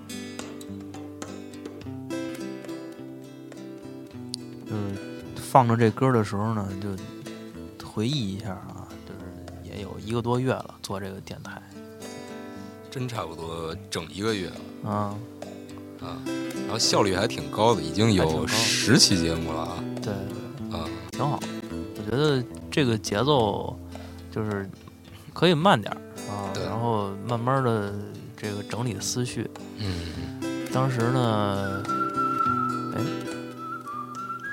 就是嗯放着这歌的时候呢，就回忆一下啊，就是也有一个多月了，做这个电台真差不多整一个月了啊，啊，然后效率还挺高的，已经还挺高有十期节目了啊对对对。啊，挺好。我觉得这个节奏就是可以慢点儿啊，对然后慢慢的这个整理思绪。嗯，当时呢，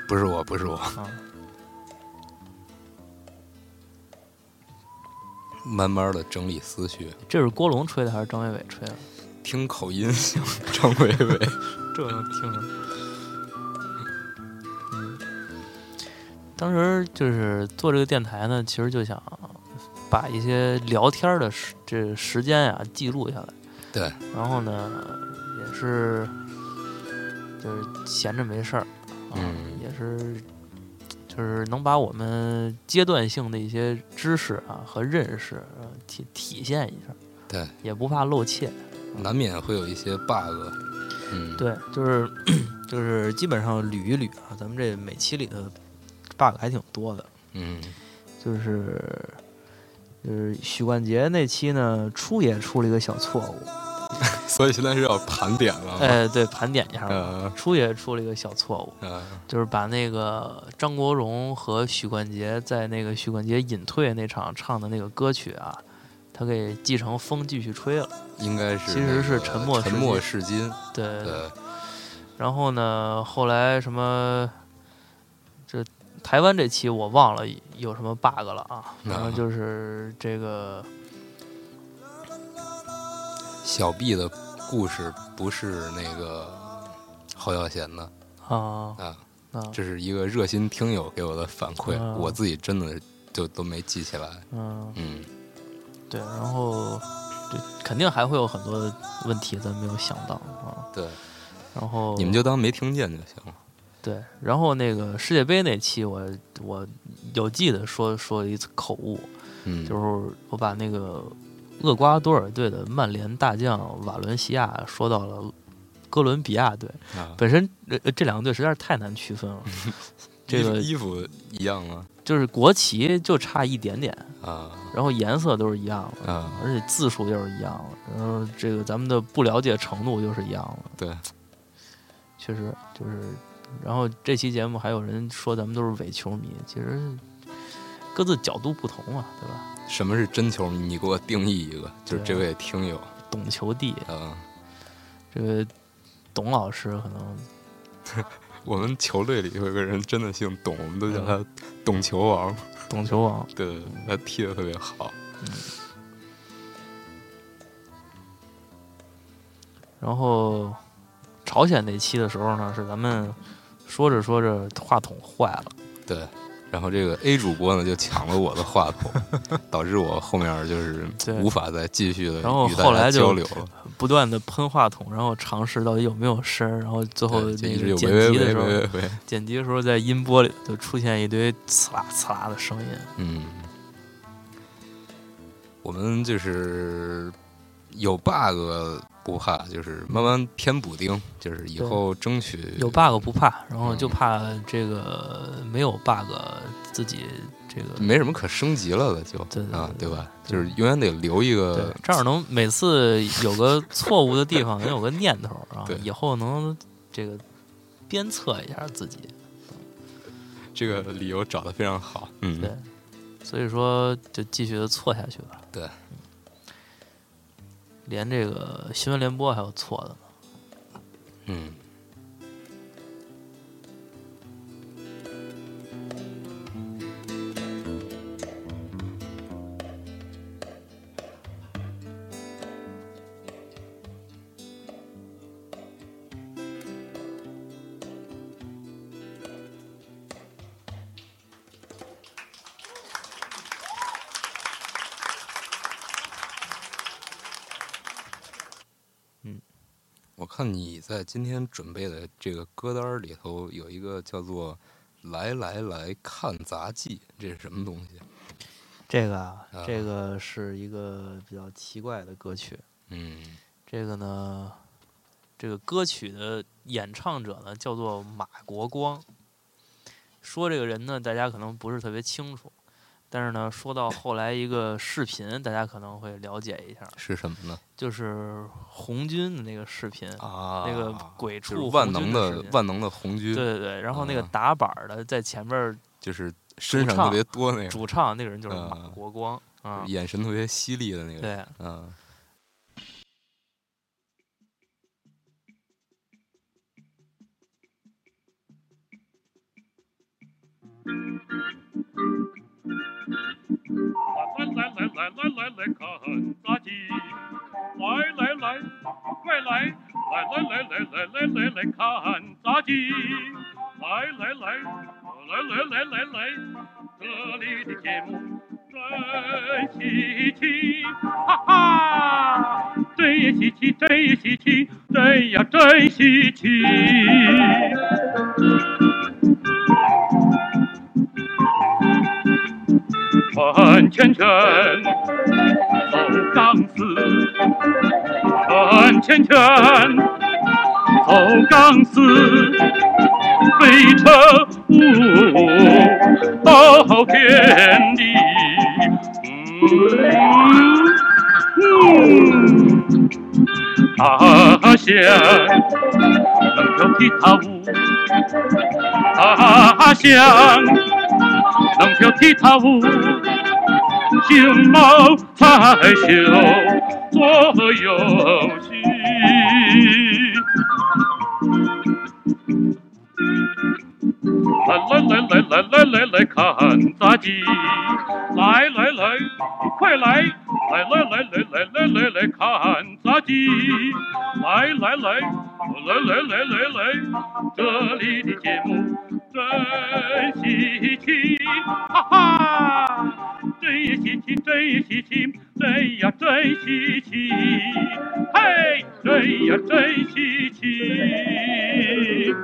不是我，不是我，啊，慢慢的整理思绪，这是郭龙吹的还是张伟伟吹的？听口音像张伟伟，这能听着。嗯，当时就是做这个电台呢，其实就想把一些聊天儿的时这时间呀、记录下来。对，然后呢，也是就是闲着没事儿，啊，嗯也是就是能把我们阶段性的一些知识啊和认识、啊、体体现一下，对，也不怕露怯，难免会有一些 bug，嗯，，对，就是 就是基本上捋一捋啊，咱们这每期里的 bug 还挺多的，嗯，就是就是许冠杰那期呢，出也出了一个小错误，所以现在是要盘点了，，哎，对，盘点一下吧。呃出也出了一个小错误，呃，就是把那个张国荣和许冠杰在那个许冠杰隐退那场唱的那个歌曲啊，他给继承风继续吹了。应该是其实是那个沉默是沉默是金，对，对，然后呢，后来什么，这台湾这期我忘了有什么 bug 了啊，反正就是这个小 B 的故事不是那个侯耀贤的啊啊，啊这是一个热心听友给我的反馈，啊我自己真的就都没记起来。嗯，嗯，对，然后这肯定还会有很多问题咱没有想到啊，对，然后你们就当没听见就行了。对，然后那个世界杯那期我我有记得说说一次口误，嗯，就是我把那个厄瓜多尔队的曼联大将瓦伦西亚说到了哥伦比亚队。是啊，本身呃呃这两个队实在是太难区分了，这个衣服衣服嗯一样吗？就是国旗就差一点点，啊然后颜色都是一样的，啊，而且字数又是一样的，然后这个咱们的不了解程度又是一样的，对，确实就是。然后这期节目还有人说咱们都是伪球迷，其实各自角度不同嘛，对吧？什么是真球迷？你给我定义一个，就是对这啊位听友懂球帝，啊，这个董老师可能我们球队里有一个人真的姓董，我们都叫嗯他 董球王，懂球王，对，他踢得特别好。然后朝鲜那期的时候呢，是咱们说着说着话筒坏了，对，然后这个 A 主播呢就抢了我的 话筒，导致我后面就是对无法再继续的然后与大后来家就交流了。不断的喷话筒，然后尝试到底有没有声儿，然后最后对就那一直个有剪喂辑的喂时喂候，喂喂，剪辑的时候在音波里就出现一堆刺啦刺啦的声音。嗯，我们就是有 bug 不怕，就是慢慢添补丁，就是以对后争取有 bug 不怕，然后就嗯怕这个没有 bug 自己这个没什么可升级了的就对对啊，对对吧？对就是永远得留一对个，这样能每次有个错误的地方能有个念头，然后对以后能这个鞭策一下自己。这个理由找的非常好，嗯，对所以说就继续的错下去吧。对嗯，连这个新闻联播还有错的呢。嗯，我看你在今天准备的这个歌单儿里头有一个叫做“来来来看杂技”，这是什么东西？这个啊啊，这个是一个比较奇怪的歌曲。嗯，这个呢，这个歌曲的演唱者呢叫做马国光。说这个人呢，大家可能不是特别清楚，但是呢，说到后来一个视频，大家可能会了解一下，是什么呢？就是红军的那个视频，啊，那个鬼就是畜万红能军的视频万能的红军对，对对，然后那个嗯打板儿的在前面儿就是身上特别多那个，主唱那个人就是马嗯国光啊，眼神特别犀利的那个人，对，嗯，来来来来来来来来看杂技，来来来，快来，来来来来来来来来看杂技，来来来，来来来来来，这里的节目真稀奇，哈哈，真也稀奇，真也稀奇，真呀真稀奇。穿圈圈，走钢丝，穿圈圈，走钢丝，飞车舞到天地。嗯嗯，大象能跳踢踏舞，大象。能跳踢踏舞，形貌才秀做游戏。来来来来来来来来看杂技，来来来，快来！来来来来来来来来看杂技，来来来，来来来来来，这里的节目真稀奇，哈哈，真也稀奇，真也稀奇，真呀真稀奇，嘿，真呀真稀奇。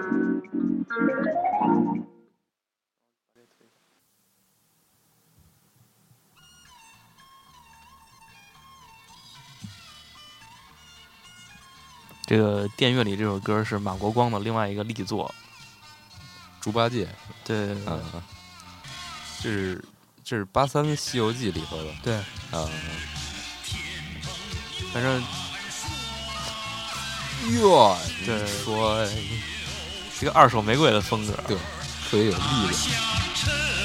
这个《电乐里》这首歌是马国光的另外一个力作，猪八戒，对对对嗯，这是这是八三《西游记》里头的，对，啊，反正哟，对说哎一个二手玫瑰的风格，对，特别有力量。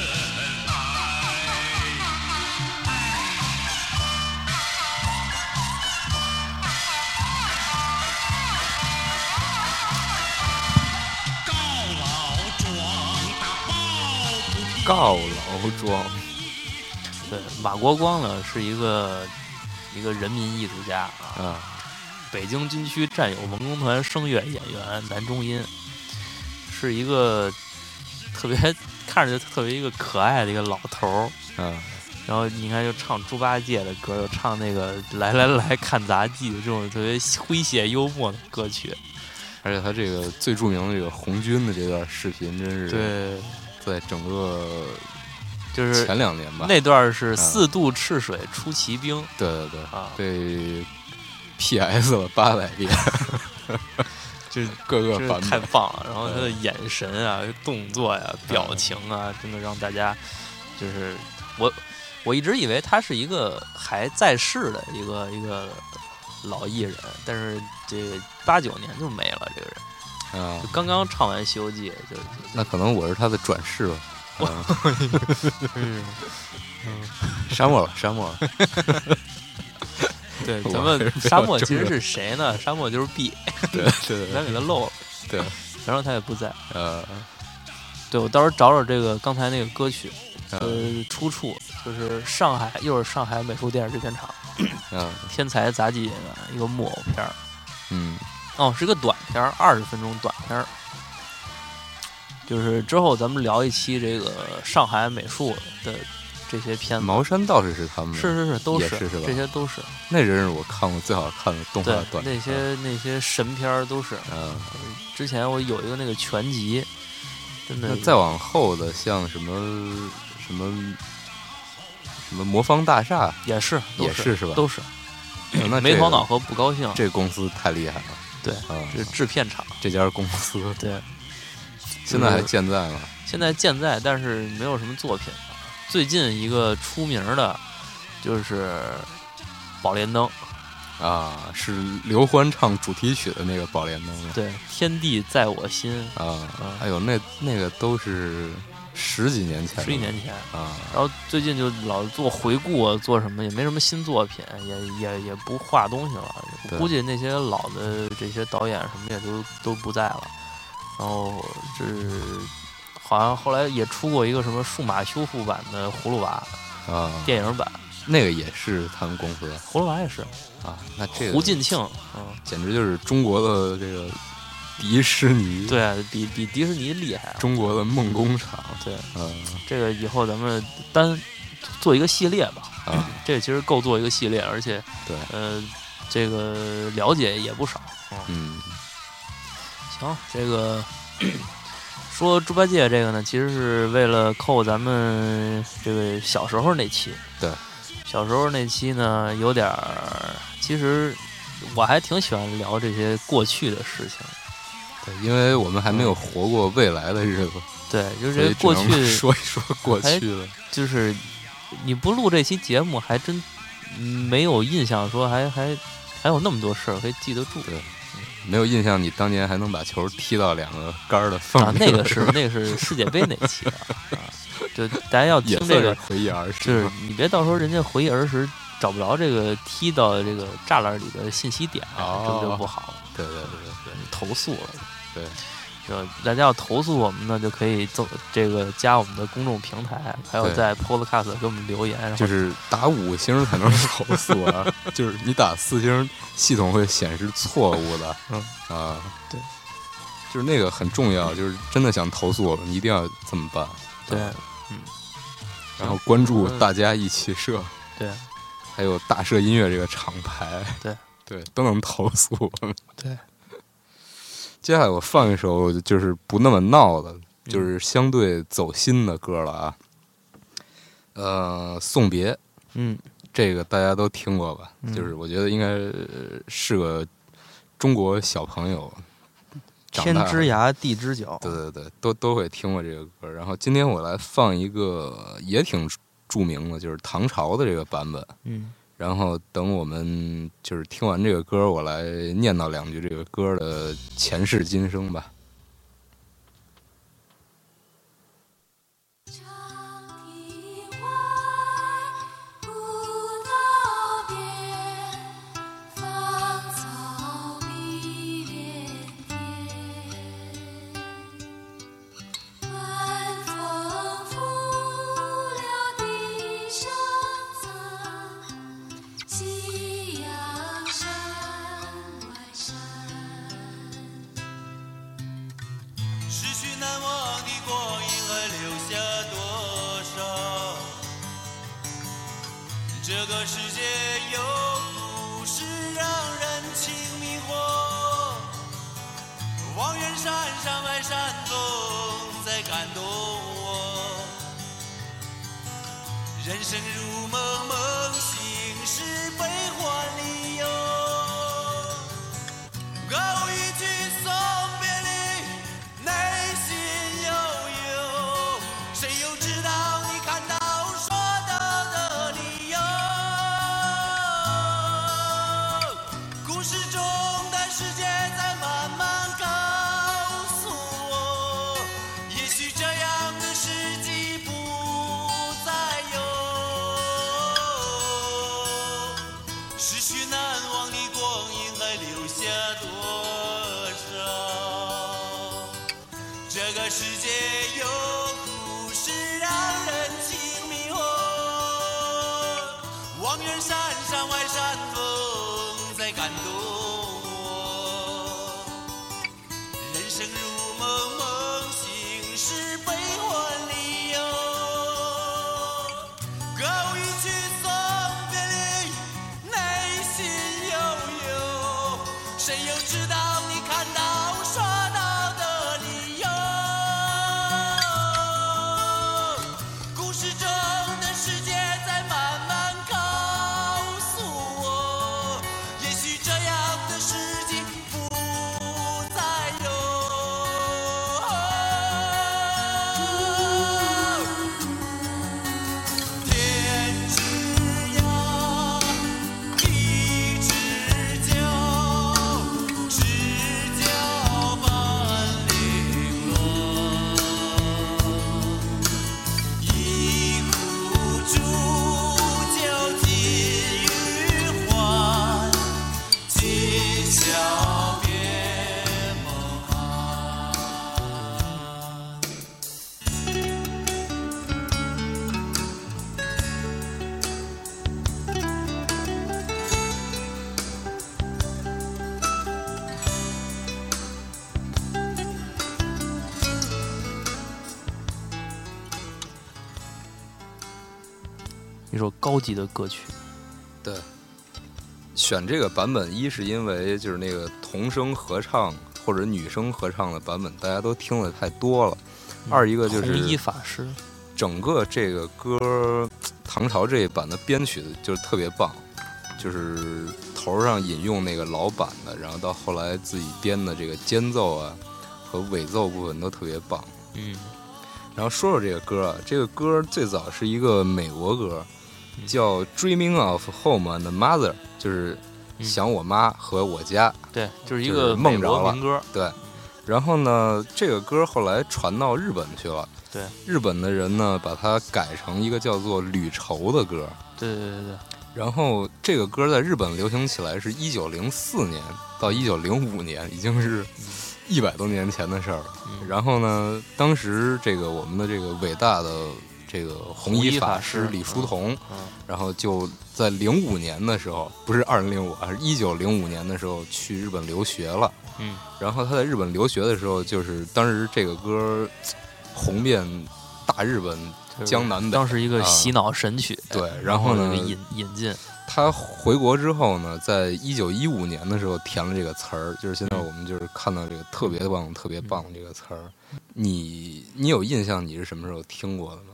告老庄，对，马国光呢是一个一个人民艺术家啊，啊，北京军区战友文工团声乐演员，男中音，是一个特别 看着就特别一个可爱的一个老头儿。啊，然后你看，又唱猪八戒的歌，又唱那个“来来来看杂技”这种特别诙谐幽默的歌曲。而且他这个最著名的这个红军的这段视频，真是对，在整个就是前两年吧，那段是四渡赤水出奇兵对对对，啊，被 PS 了八百 遍，就是各个真是版太本。棒了。然后他的嗯眼神啊、动作呀、表情啊，真的让大家就是我我一直以为他是一个还在世的一个一个老艺人，但是这八九年就没了。这个人啊就，刚刚唱完《西游记》就，就那可能我是他的转世 吧。啊嗯， 沙漠了，沙漠 了，对，我咱还们是不要沙漠争其实论是谁呢？沙漠就是 B，对对咱对给他漏了，对， 然后他也不在。呃，对，我到时候找找这个刚才那个歌曲，嗯呃，出处就是上海，又是上海美术电影制片厂嗯《天才杂技演员》一个木偶片儿，嗯，哦，是个短片儿，二十分钟短片儿。就是之后咱们聊一期这个上海美术的这些片子，茅山道士是他们的，是是是，都也是是是吧这些都是那真是我看过最好看的动画对短片。啊那些那些神片儿都是。嗯，之前我有一个那个全集，真的那再往后的像什么什么什么魔方大 厦，也是都也是是吧都是那没这头个脑和不高兴，这公司太厉害了。对啊， 这是制片厂。这家公司对，现在还健在吗？现在健在，但是没有什么作品了。最近一个出名儿的，就是宝莲灯，啊，是刘欢唱主题曲的那个《宝莲灯》吗？对，天地在我心，啊嗯，哎呦，那那个都是十几年前了，十一年前。啊，然后最近就老做回顾啊，做什么也没什么新作品，也也也不画东西了。我对估计那些老的这些导演什么也都都不在了。然后这好像后来也出过一个什么数码修复版的《葫芦娃》啊，电影版，那个也是他们公司的《葫芦娃》也是啊，那这个胡进庆，嗯，简直就是中国的这个迪士尼，，对比比迪士尼厉害啊。中国的梦工厂，对，嗯这个以后咱们单做一个系列吧，啊，这其实够做一个系列，而且对呃，这个了解也不少。嗯行，这个说猪八戒这个呢，其实是为了扣咱们这个小时候那期。对，小时候那期呢，有点儿，其实我还挺喜欢聊这些过去的事情。对，因为我们还没有活过未来的日子，对，就所以是只嗯过能去，说一说过哎去了，就是你不录这期节目，还真没有印象，说还还还有那么多事儿可以记得住。对没有印象，你当年还能把球踢到两个杆儿的缝啊里，那个是是那个是世界杯那期啊，啊就大家要听 也这算是个回忆儿时，就是你别到时候人家回忆儿时找不着这个踢到这个栅栏里的信息点，啊哦这不就不好了？对对对对对。投诉了。对，就大家要投诉我们呢，就可以增这个加我们的公众平台，还有对在 Podcast 给我们留言，然后就是打五星才能投诉 啊，就是你打四星，系统会显示错误的。嗯啊，对，就是那个很重要，就是真的想投诉我们，一定要这么办。对然后关注嗯大家一起社，对还有大社音乐这个厂牌，对对，都能投诉我们。对，接下来我放一首就是不那么闹的，就是相对走心的歌了啊。呃，送别，嗯，这个大家都听过吧？嗯就是我觉得应该呃是个中国小朋友长天大之涯，地之角，对对对，都都会听过这个歌。然后今天我来放一个也挺著名的，就是唐朝的这个版本。嗯然后等我们就是听完这个歌，我来念叨两句这个歌的前世今生吧。长堤外，古道边，芳草碧连天。晚风拂柳笛声残，夕阳山外山。逝去难忘的光阴，还留下多少？这个世界有故事让人情迷惑，望远山上外山总在感动我。人生如梦，梦醒是悲欢离忧。偶一句送别你，内心悠悠，谁又知道你看到说到的理由？故事中的世界在慢慢告诉我，也许这样的事迹不再有。逝去难忘的光阴还留下多少？这个世界有故事让人情迷惑，望远山上外山风在感动我。人生如梦，梦醒是悲欢离忧。歌舞一曲送别离，内心悠悠，谁又知道你看到说到的理由？故事中的世界在慢慢告诉我，也许这样一首高级的歌曲。选这个版本，一是因为就是那个童声合唱或者女声合唱的版本，大家都听的太多了；嗯二一个就红衣是法师，整个这个歌唐朝这一版的编曲就是特别棒，就是头上引用那个老版的，然后到后来自己编的这个间奏啊和尾奏部分都特别棒。嗯然后说说这个歌啊，这个歌最早是一个美国歌，嗯叫《Dreaming of Home and Mother》，就是嗯想我妈和我家。对，就是一就个是梦美国着了民歌。对，然后呢，这个歌后来传到日本去了。对，日本的人呢，把它改成一个叫做《旅愁》的歌。对对对对，然后这个歌在日本流行起来是一九零四年到一九零五年，已经是一百多年前的事儿了。嗯然后呢，当时这个我们的这个伟大的这个红红衣衣法法师师李叔同，嗯然后就在零五年的时候，不是二零零五，而是一九零五年的时候去日本留学了。嗯，然后他在日本留学的时候，就是当时这个歌嘖红遍大日本，就是江南北当时一个啊洗脑神曲。对然然后就呢给引引进，他回国之后呢，在一九一五年的时候填了这个词儿，就是现在我们就是看到这个特别棒、特别棒这个词儿。你你有印象你是什么时候听过的吗？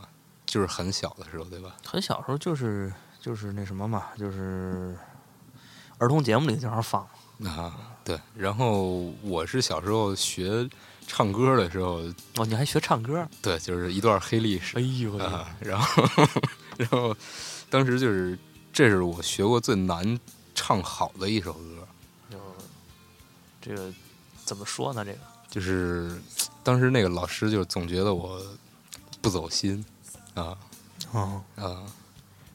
就是很小的时候，对吧？很小时候就是就是那什么嘛，就是儿童节目里经常放。啊，对。然后我是小时候学唱歌的时候，哦，你还学唱歌？对，就是一段黑历史。哎呦我啊，然后 然后当时就是这是我学过最难唱好的一首歌，就这个怎么说呢？这个就是当时那个老师就总觉得我不走心啊哦，啊，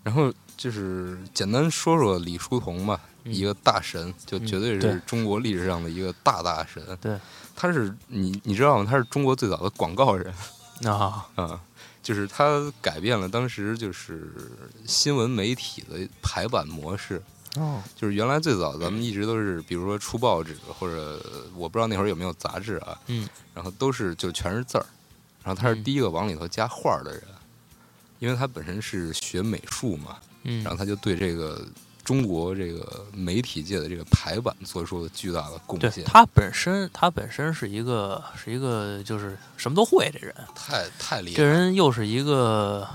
然后就是简单说说李叔同吧。嗯一个大神，就绝对对是中国历史上的一个大大神。对，他是你你知道吗？他是中国最早的广告人。啊，啊，就是他改变了当时就是新闻媒体的排版模式，哦，就是原来最早咱们一直都是，比如说出报纸或者我不知道那会儿有没有杂志啊，嗯，然后都是就全是字儿，然后他是嗯第一个往里头加画儿的人，因为他本身是学美术嘛，嗯，然后他就对这个。中国这个媒体界的这个排版做出了巨大的贡对献，他本身，他本身是一个是一个就是什么都会这人，太太厉害这了。人又是一个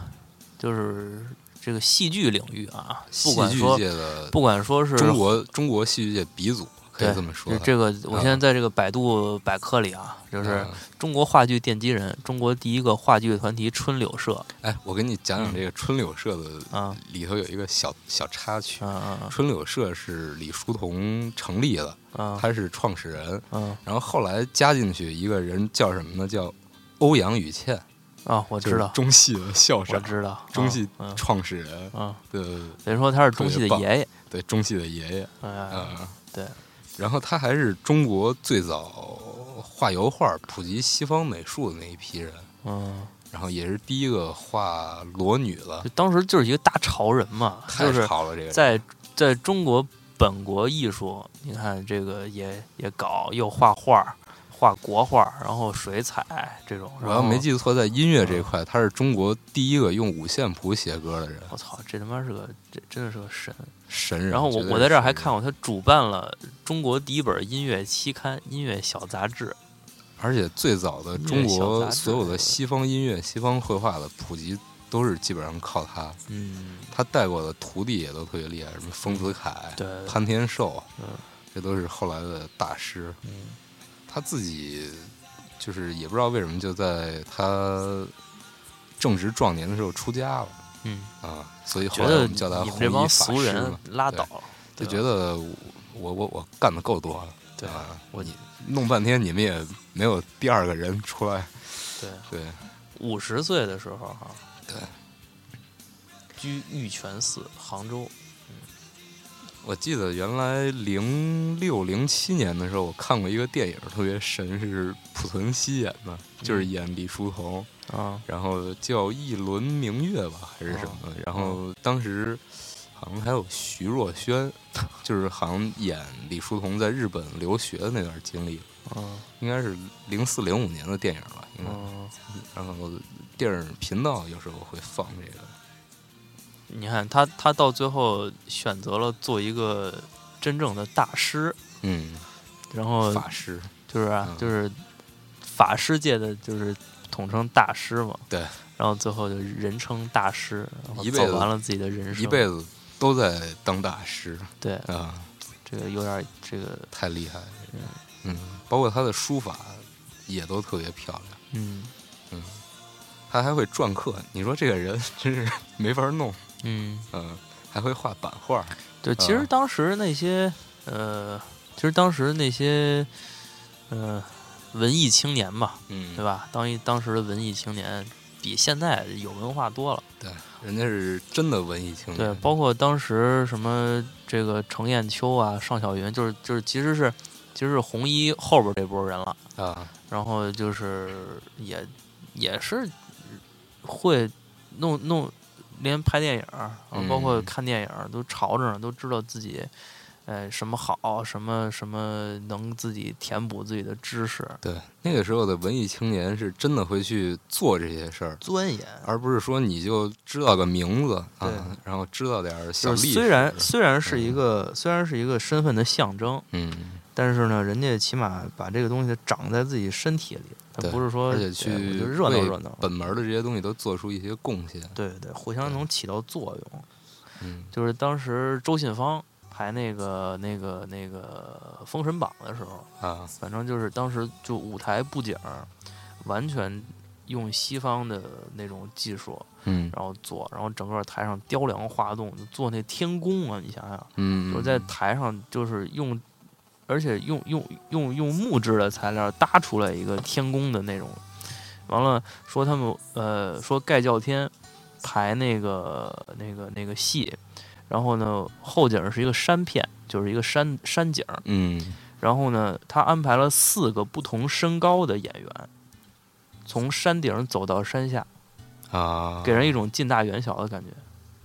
就是这个戏剧领域啊，不戏管剧说界的不管说是中国中国戏剧界鼻祖，可对以这么说这他。这个我现在在这个百度百科里啊，就是嗯中国话剧奠基人，中国第一个话剧团体春柳社，哎，我给你讲讲这个春柳社的嗯啊里头有一个小小插曲。嗯嗯春柳社是李叔同成立的，嗯他是创始人，嗯然后后来加进去一个人叫什么呢？叫欧阳予倩，啊，我我知道，中戏的校我长，知道，中戏啊嗯创始人，啊，对对对等于说他是中戏特别的棒爷爷，对，中戏的爷爷哎，啊。对，然后他还是中国最早画油画、普及西方美术的那一批人，嗯，然后也是第一个画裸女的就，当时就是一个大潮人嘛，太就是潮了这个人。在在中国本国艺术，你看这个也也搞，又画画，画国画，然后水彩这种。我然要后没，记错，在音啊乐这一块，他是中国第一个用五线谱写歌的人，我操，这他妈是个这真的是个神。神人。然后我绝嗯对是我在这儿还神人看，过他主办了中国第一本音乐期刊《音乐小杂志》。而且最早的中音乐小杂国志所有的西方音乐、西方绘画的普及，都是基本上靠他。嗯，他带过的徒弟也都特别厉害，什么丰子恺、对，潘天寿，嗯这都是后来的大师。嗯他自己就是也不知道为什么，就在他正值壮年的时候出家了嗯，啊，所以后觉来我得们叫他你们红这帮衣法俗师人嘛。拉对倒了，就对觉吧得我我我我干的够多了，对啊，我你弄半天你们也没有第二个人出来，对对，五十岁的时候哈、对，居玉泉寺杭州。我记得原来零六零七年的时候，我看过一个电影特别神，是濮存昕演的，就是演李叔同，啊，然后叫《一轮明月》吧还是什么，然后当时。好像还有徐若瑄， 就是好像演李叔同在日本留学的那段经历，嗯应该是零四零五年的电影吧，应该。嗯，然后电影频道有时候会放这个。你看他他到最后选择了做一个真正的大师，嗯，然后法师，就是啊，嗯就是法师界的就是统称大师嘛。对。然后最后就人称大师，然后一辈走子完了自己的人生。一辈子都在当大师对，啊，这个有点这个，太厉害了，嗯，包括他的书法也都特别漂亮，嗯他还会篆刻，你说这个人真是没法弄，嗯，嗯，还会画版画，对。其实当时那些呃，其实当时那些呃文艺青年吧，嗯对？吧？当一当时的文艺青年比现在有文化多了。对，人家是真的文艺青年，对，包括当时什么这个程砚秋啊、尚小云，就是就是其实是其实是红衣后边这波人了，啊，然后就是也也是会弄弄，连拍电影儿，啊嗯包括看电影儿都朝着呢，都知道自己。呃，什么好，什么什么能自己填补自己的知识，对，那个时候的文艺青年是真的会去做这些事儿，钻研。而不是说你就知道个名字对啊，然后知道点儿小就是历史。虽然虽然是一个、虽然是一个身份的象征，嗯，但是呢，人家起码把这个东西长在自己身体里，他对不是说而且对我去就热闹为热闹，本门儿的这些东西都做出一些贡献。对对对，互相能起到作用。嗯，就是当时周信芳排那个那个那个《封神榜》的时候，啊，反正就是当时就舞台布景儿完全用西方的那种技术，嗯然后做，然后整个台上雕梁画栋，就做那天宫啊，你想想。嗯，就是在台上就是用，而且用用用用木质的材料搭出来一个天宫的那种。完了说他们呃说盖叫天排那个那个那个戏，然后呢后景是一个山片，就是一个山山景儿。嗯然后呢他安排了四个不同身高的演员，从山顶走到山下，啊，给人一种近大远小的感觉。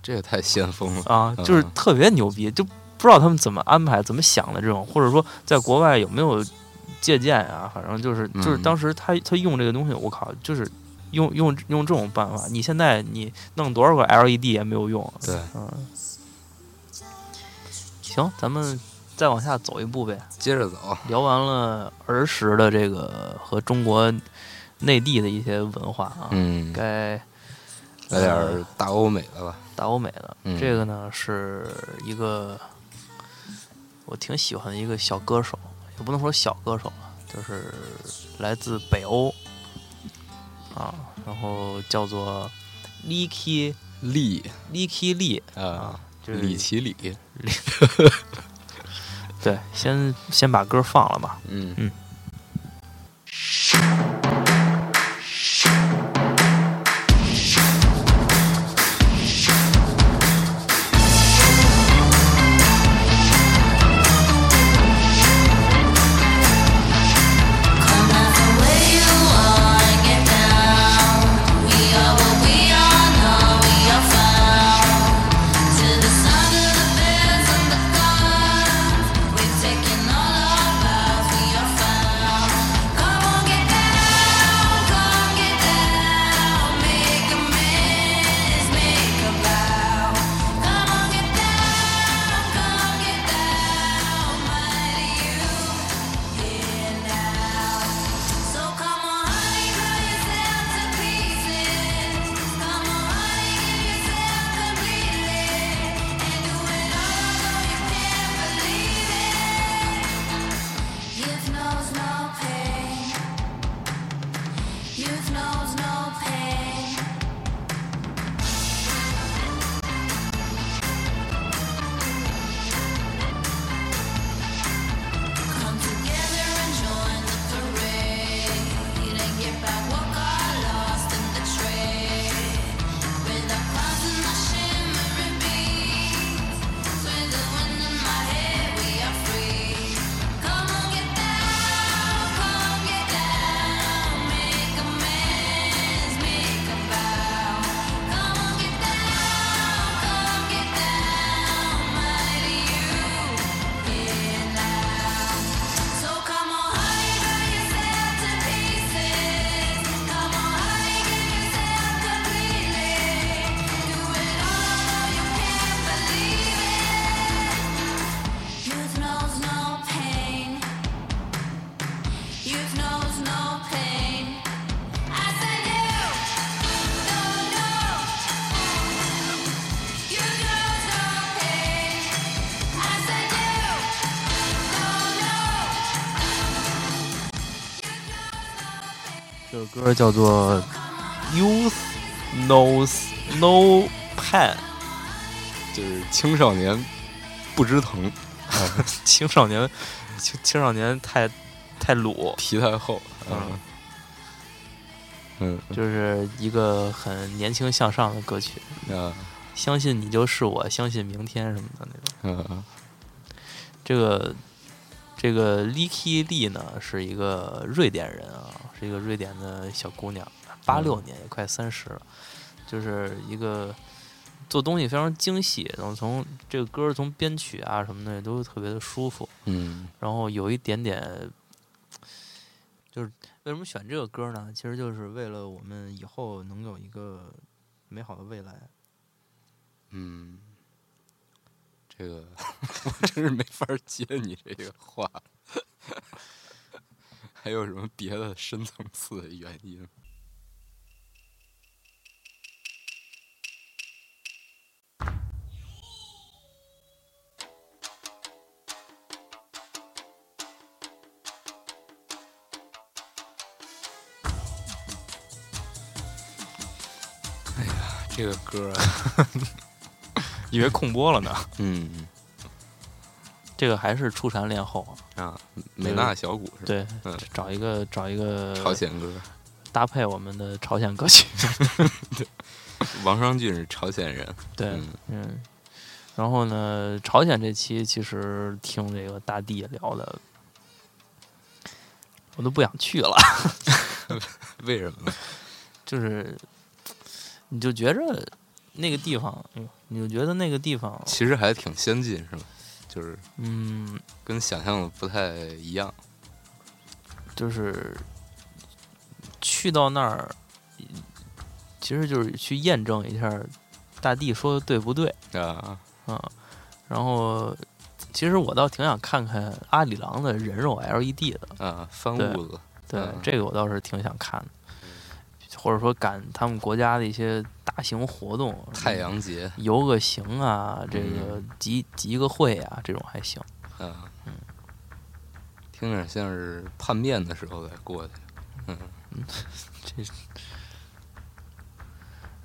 这也太先锋了。啊，就是嗯特别牛逼，就不知道他们怎么安排、怎么想的这种，或者说在国外有没有借鉴啊？反正就是就是嗯当时他他用这个东西，我靠，就是用用用这种办法，你现在你弄多少个 LED 也没有用。对， 嗯，行，咱们再往下走一步呗，接着走，聊完了儿时的这个和中国内地的一些文化啊，嗯，该呃来点儿大欧美的吧。大欧美的。嗯这个呢是一个我挺喜欢的一个小歌手，也不能说小歌手吧，就是来自北欧啊，然后叫做 Licky 利 Licky Lee 啊啊，，就是李奇李，对，先先把歌放了吧。嗯 Youth knows no pain. Youth knows no pain. Come together and join the parade and get back what got lost in the trade. With the clouds and the shimmering beams, with the wind in my hair, we are free. Come on, get down, come get down, make a man. 歌叫做《Youth Knows No Pain》，就是青少年不知疼，青少年，青青少年太太鲁，皮太厚，嗯嗯嗯就是一个很年轻向上的歌曲。啊相信你就是我，相信明天什么的那种。嗯这个这个 Licky Lee 呢，是一个瑞典人啊，是一个瑞典的小姑娘，八六年也快三十了，就是一个做东西非常精细，然后从这个歌儿从编曲啊什么的都特别的舒服，嗯然后有一点点。就是为什么选这个歌儿呢？其实就是为了我们以后能有一个美好的未来。嗯，这个 我真是没法接你这个话。 还有什么别的深层次的原因？哎呀，这个歌啊，以为空播了呢，嗯这个还是初蝉恋后啊。啊，美娜小谷是吧？对，嗯找一个找一个朝鲜歌，搭配我们的朝鲜歌 曲。王双俊是朝鲜人，对，嗯嗯。然后呢，朝鲜这期其实听这个大地聊的，我都不想去了。 为什么呢？就是，你就觉着那个地方，嗯你就觉得那个地方，其实还挺先进，是吧？就是嗯，跟想象的不太一样。就是去到那儿，其实就是去验证一下大地说的对不对。啊，啊，然后其实我倒挺想看看阿里郎的人肉 LED 的，啊，翻对屋子，对、嗯这个我倒是挺想看的，或者说赶他们国家的一些大型活动，太嗯阳节游个行啊，这个集集个会啊，这种还行。啊，嗯听着像是叛变的时候才过去。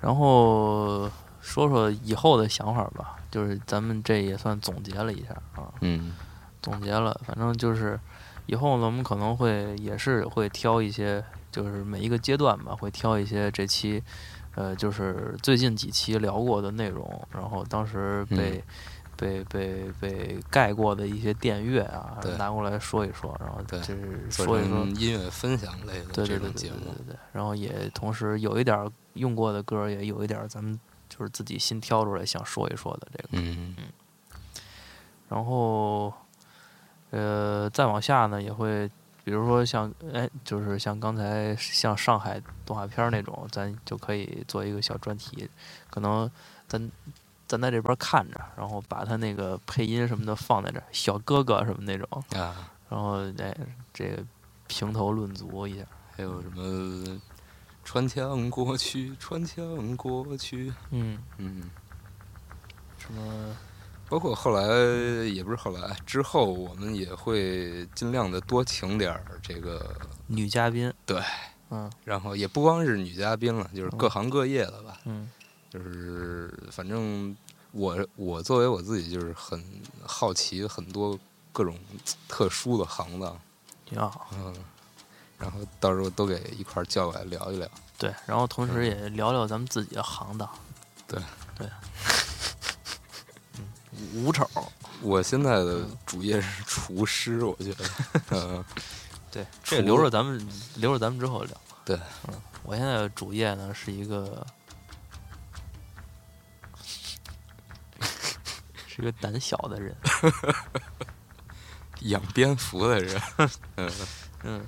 然后说说以后的想法吧，就是咱们这也算总结了一下啊，嗯总结了，反正就是以后呢，我们可能会也是会挑一些，就是每一个阶段吧，会挑一些这期，呃，就是最近几期聊过的内容，然后当时嗯被、被被被盖过的一些电乐啊对，拿过来说一说，然后对就是做说一说成，音乐分享类的对对对对这种对节对目，对，然后也同时有一点儿用过的歌儿，也有一点儿咱们就是自己新挑出来想说一说的这个。嗯然后，呃，再往下呢，也会，比如说像，哎，就是像刚才像上海动画片儿那种，咱就可以做一个小专题，可能咱咱在这边看着，然后把他那个配音什么的放在这儿，小哥哥什么那种，啊，然后哎，这个评头论足一下，还有什么穿墙过去，穿墙过去，嗯，嗯。什么，包括后来也不是后来，之后我们也会尽量的多请点儿这个，女嘉宾，对，嗯然后也不光是女嘉宾了，就是各行各业的吧，嗯就是反正我我作为我自己就是很好奇很当各种特殊的行当，挺好。嗯，然后到时候都给一块儿叫过来聊一聊，对，然后同时也聊聊咱们自己的行当。对对，嗯，五丑，我现在的主业是厨师，我觉得，嗯，对，厨这留着咱们留着咱们之后聊。对，嗯，我现在的主业呢是一个 是一个胆小的 人，养蝙蝠的人，嗯嗯，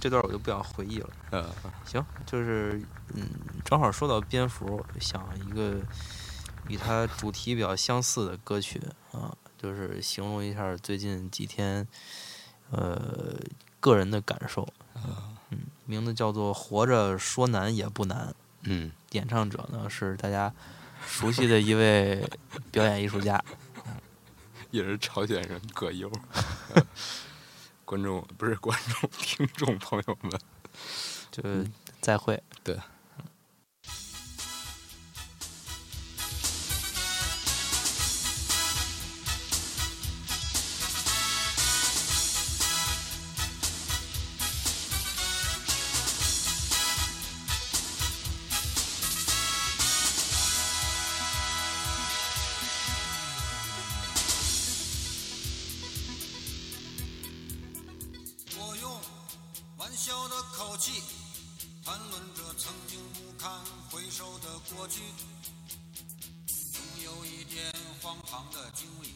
这段我就不想回忆了。嗯行，就是嗯，正好说到蝙蝠，想一个与它主题比较相似的歌曲啊，就是形容一下最近几天呃个人的感受。嗯，名字叫做《活着说难也不难》，嗯演唱者呢是大家 熟悉的一位 表演艺术家。也是朝鲜人葛优。观众不是观众，听众朋友们，就再会。对。我用玩笑的口气谈论着曾经不堪回首的过去，总有一点荒唐的经历，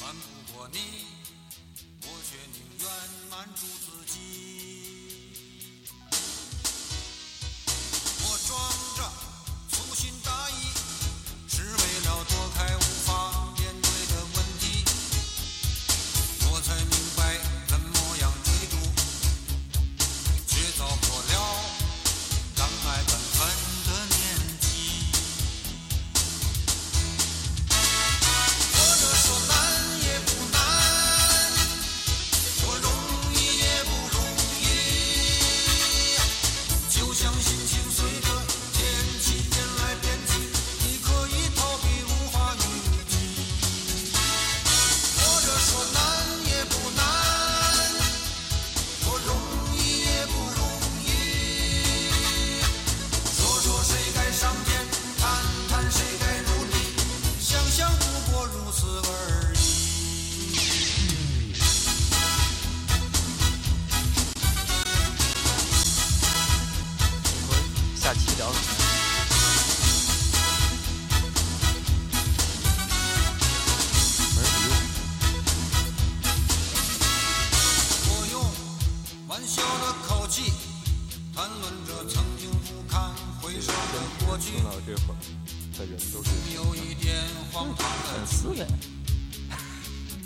瞒不过你，我却宁愿瞒住自己。我装着粗心大意，是为了躲开无法面对的问题。我才明白怎么样追逐，却到过了让爱本分的年纪。或者说难也不难，说容易也不容易，就像心情随着天气变来变去，你可以逃避，无法预计。或者说难也不难，说容易也不容易。说说谁该上天，谈谈谁该努力，想想不过如此而已。下期聊什么？没人理我。我用玩笑的口气谈论着曾经不堪回首的过去，听到这会儿的人都是有一点荒唐的粉丝呗，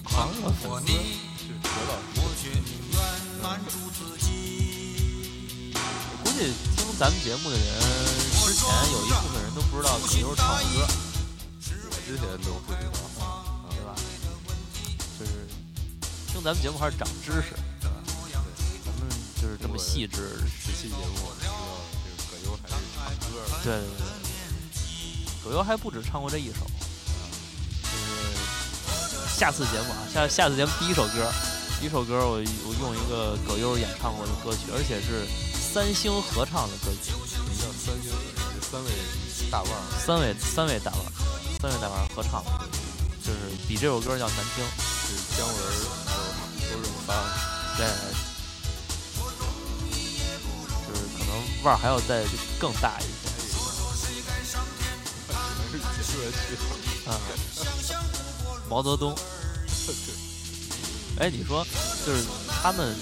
狂热自我粉丝。你，是何老我却宁愿瞒住自己。我估计听咱们节目的人之前有一部分人都不知道葛优唱过歌，之前都不知道。对吧？就是听咱们节目还是长知识，对吧？对，咱们就是这么细致。这期节目我知道，就是葛优还是唱歌的。对对对对，葛优还不止唱过这一首，就是下次节目啊，下下次节目第一首歌，第一首歌我我用一个葛优演唱过的歌曲，而且是三星合唱的歌曲。什么叫三星？这三位大腕儿，三位三位大腕儿，三位大腕儿合唱，就是比这首歌要难听。是姜文儿、周周润发。对，就是可能腕儿还要再更大一些。是解出来去，嗯，毛泽 东。哎，你说，就是他们，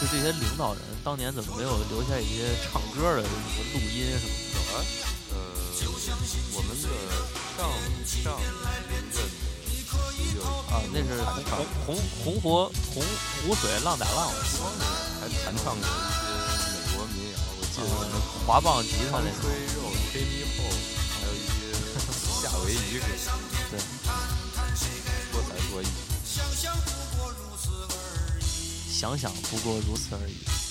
就这些领导人，当年怎么没有留下一些唱歌的什么录音什么有啊，呃，我们的上上一任的有的？啊，那是红红红湖红湖水浪打浪，还弹唱过一些美国民谣，我记得什么嗯，滑棒吉他那种。风吹肉、黑猕猴，还有一 些夏威夷歌。对，多才多艺。想想不过如此而已。